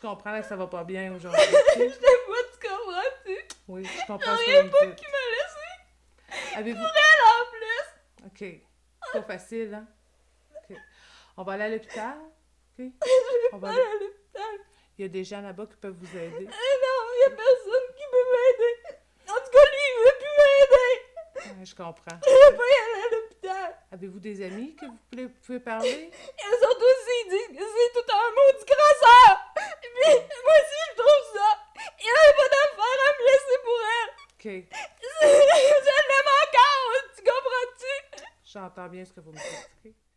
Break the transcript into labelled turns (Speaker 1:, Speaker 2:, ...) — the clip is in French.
Speaker 1: comprends là, que ça va pas bien aujourd'hui.
Speaker 2: Je sais pas, tu comprends-tu?
Speaker 1: Oui, je comprends
Speaker 2: J'en
Speaker 1: ce
Speaker 2: ai
Speaker 1: que
Speaker 2: pas
Speaker 1: vous
Speaker 2: qui m'a
Speaker 1: me dites.
Speaker 2: laissé
Speaker 1: Avez-vous...
Speaker 2: pour elle en plus!
Speaker 1: OK. C'est Pas facile, hein? OK. On va aller à l'hôpital? OK?
Speaker 2: Je
Speaker 1: On va
Speaker 2: vais pas
Speaker 1: aller.
Speaker 2: aller à l'hôpital.
Speaker 1: Il y a des gens là-bas qui peuvent vous aider.
Speaker 2: Eh non, y a personne qui peut m'aider. En tout cas, lui, il veut plus m'aider.
Speaker 1: Ouais, je comprends.
Speaker 2: Je vais pas y aller à l'hôpital.
Speaker 1: Avez-vous des amis que vous pouvez, pouvez parler?
Speaker 2: Et surtout, s'il dit que c'est tout un maudit crasseur. Puis, moi aussi, je trouve ça. Il a pas d'affaire à me laisser pour elle.
Speaker 1: OK.
Speaker 2: Je l'aime encore, tu comprends-tu?
Speaker 1: J'entends bien ce que vous me dites. OK?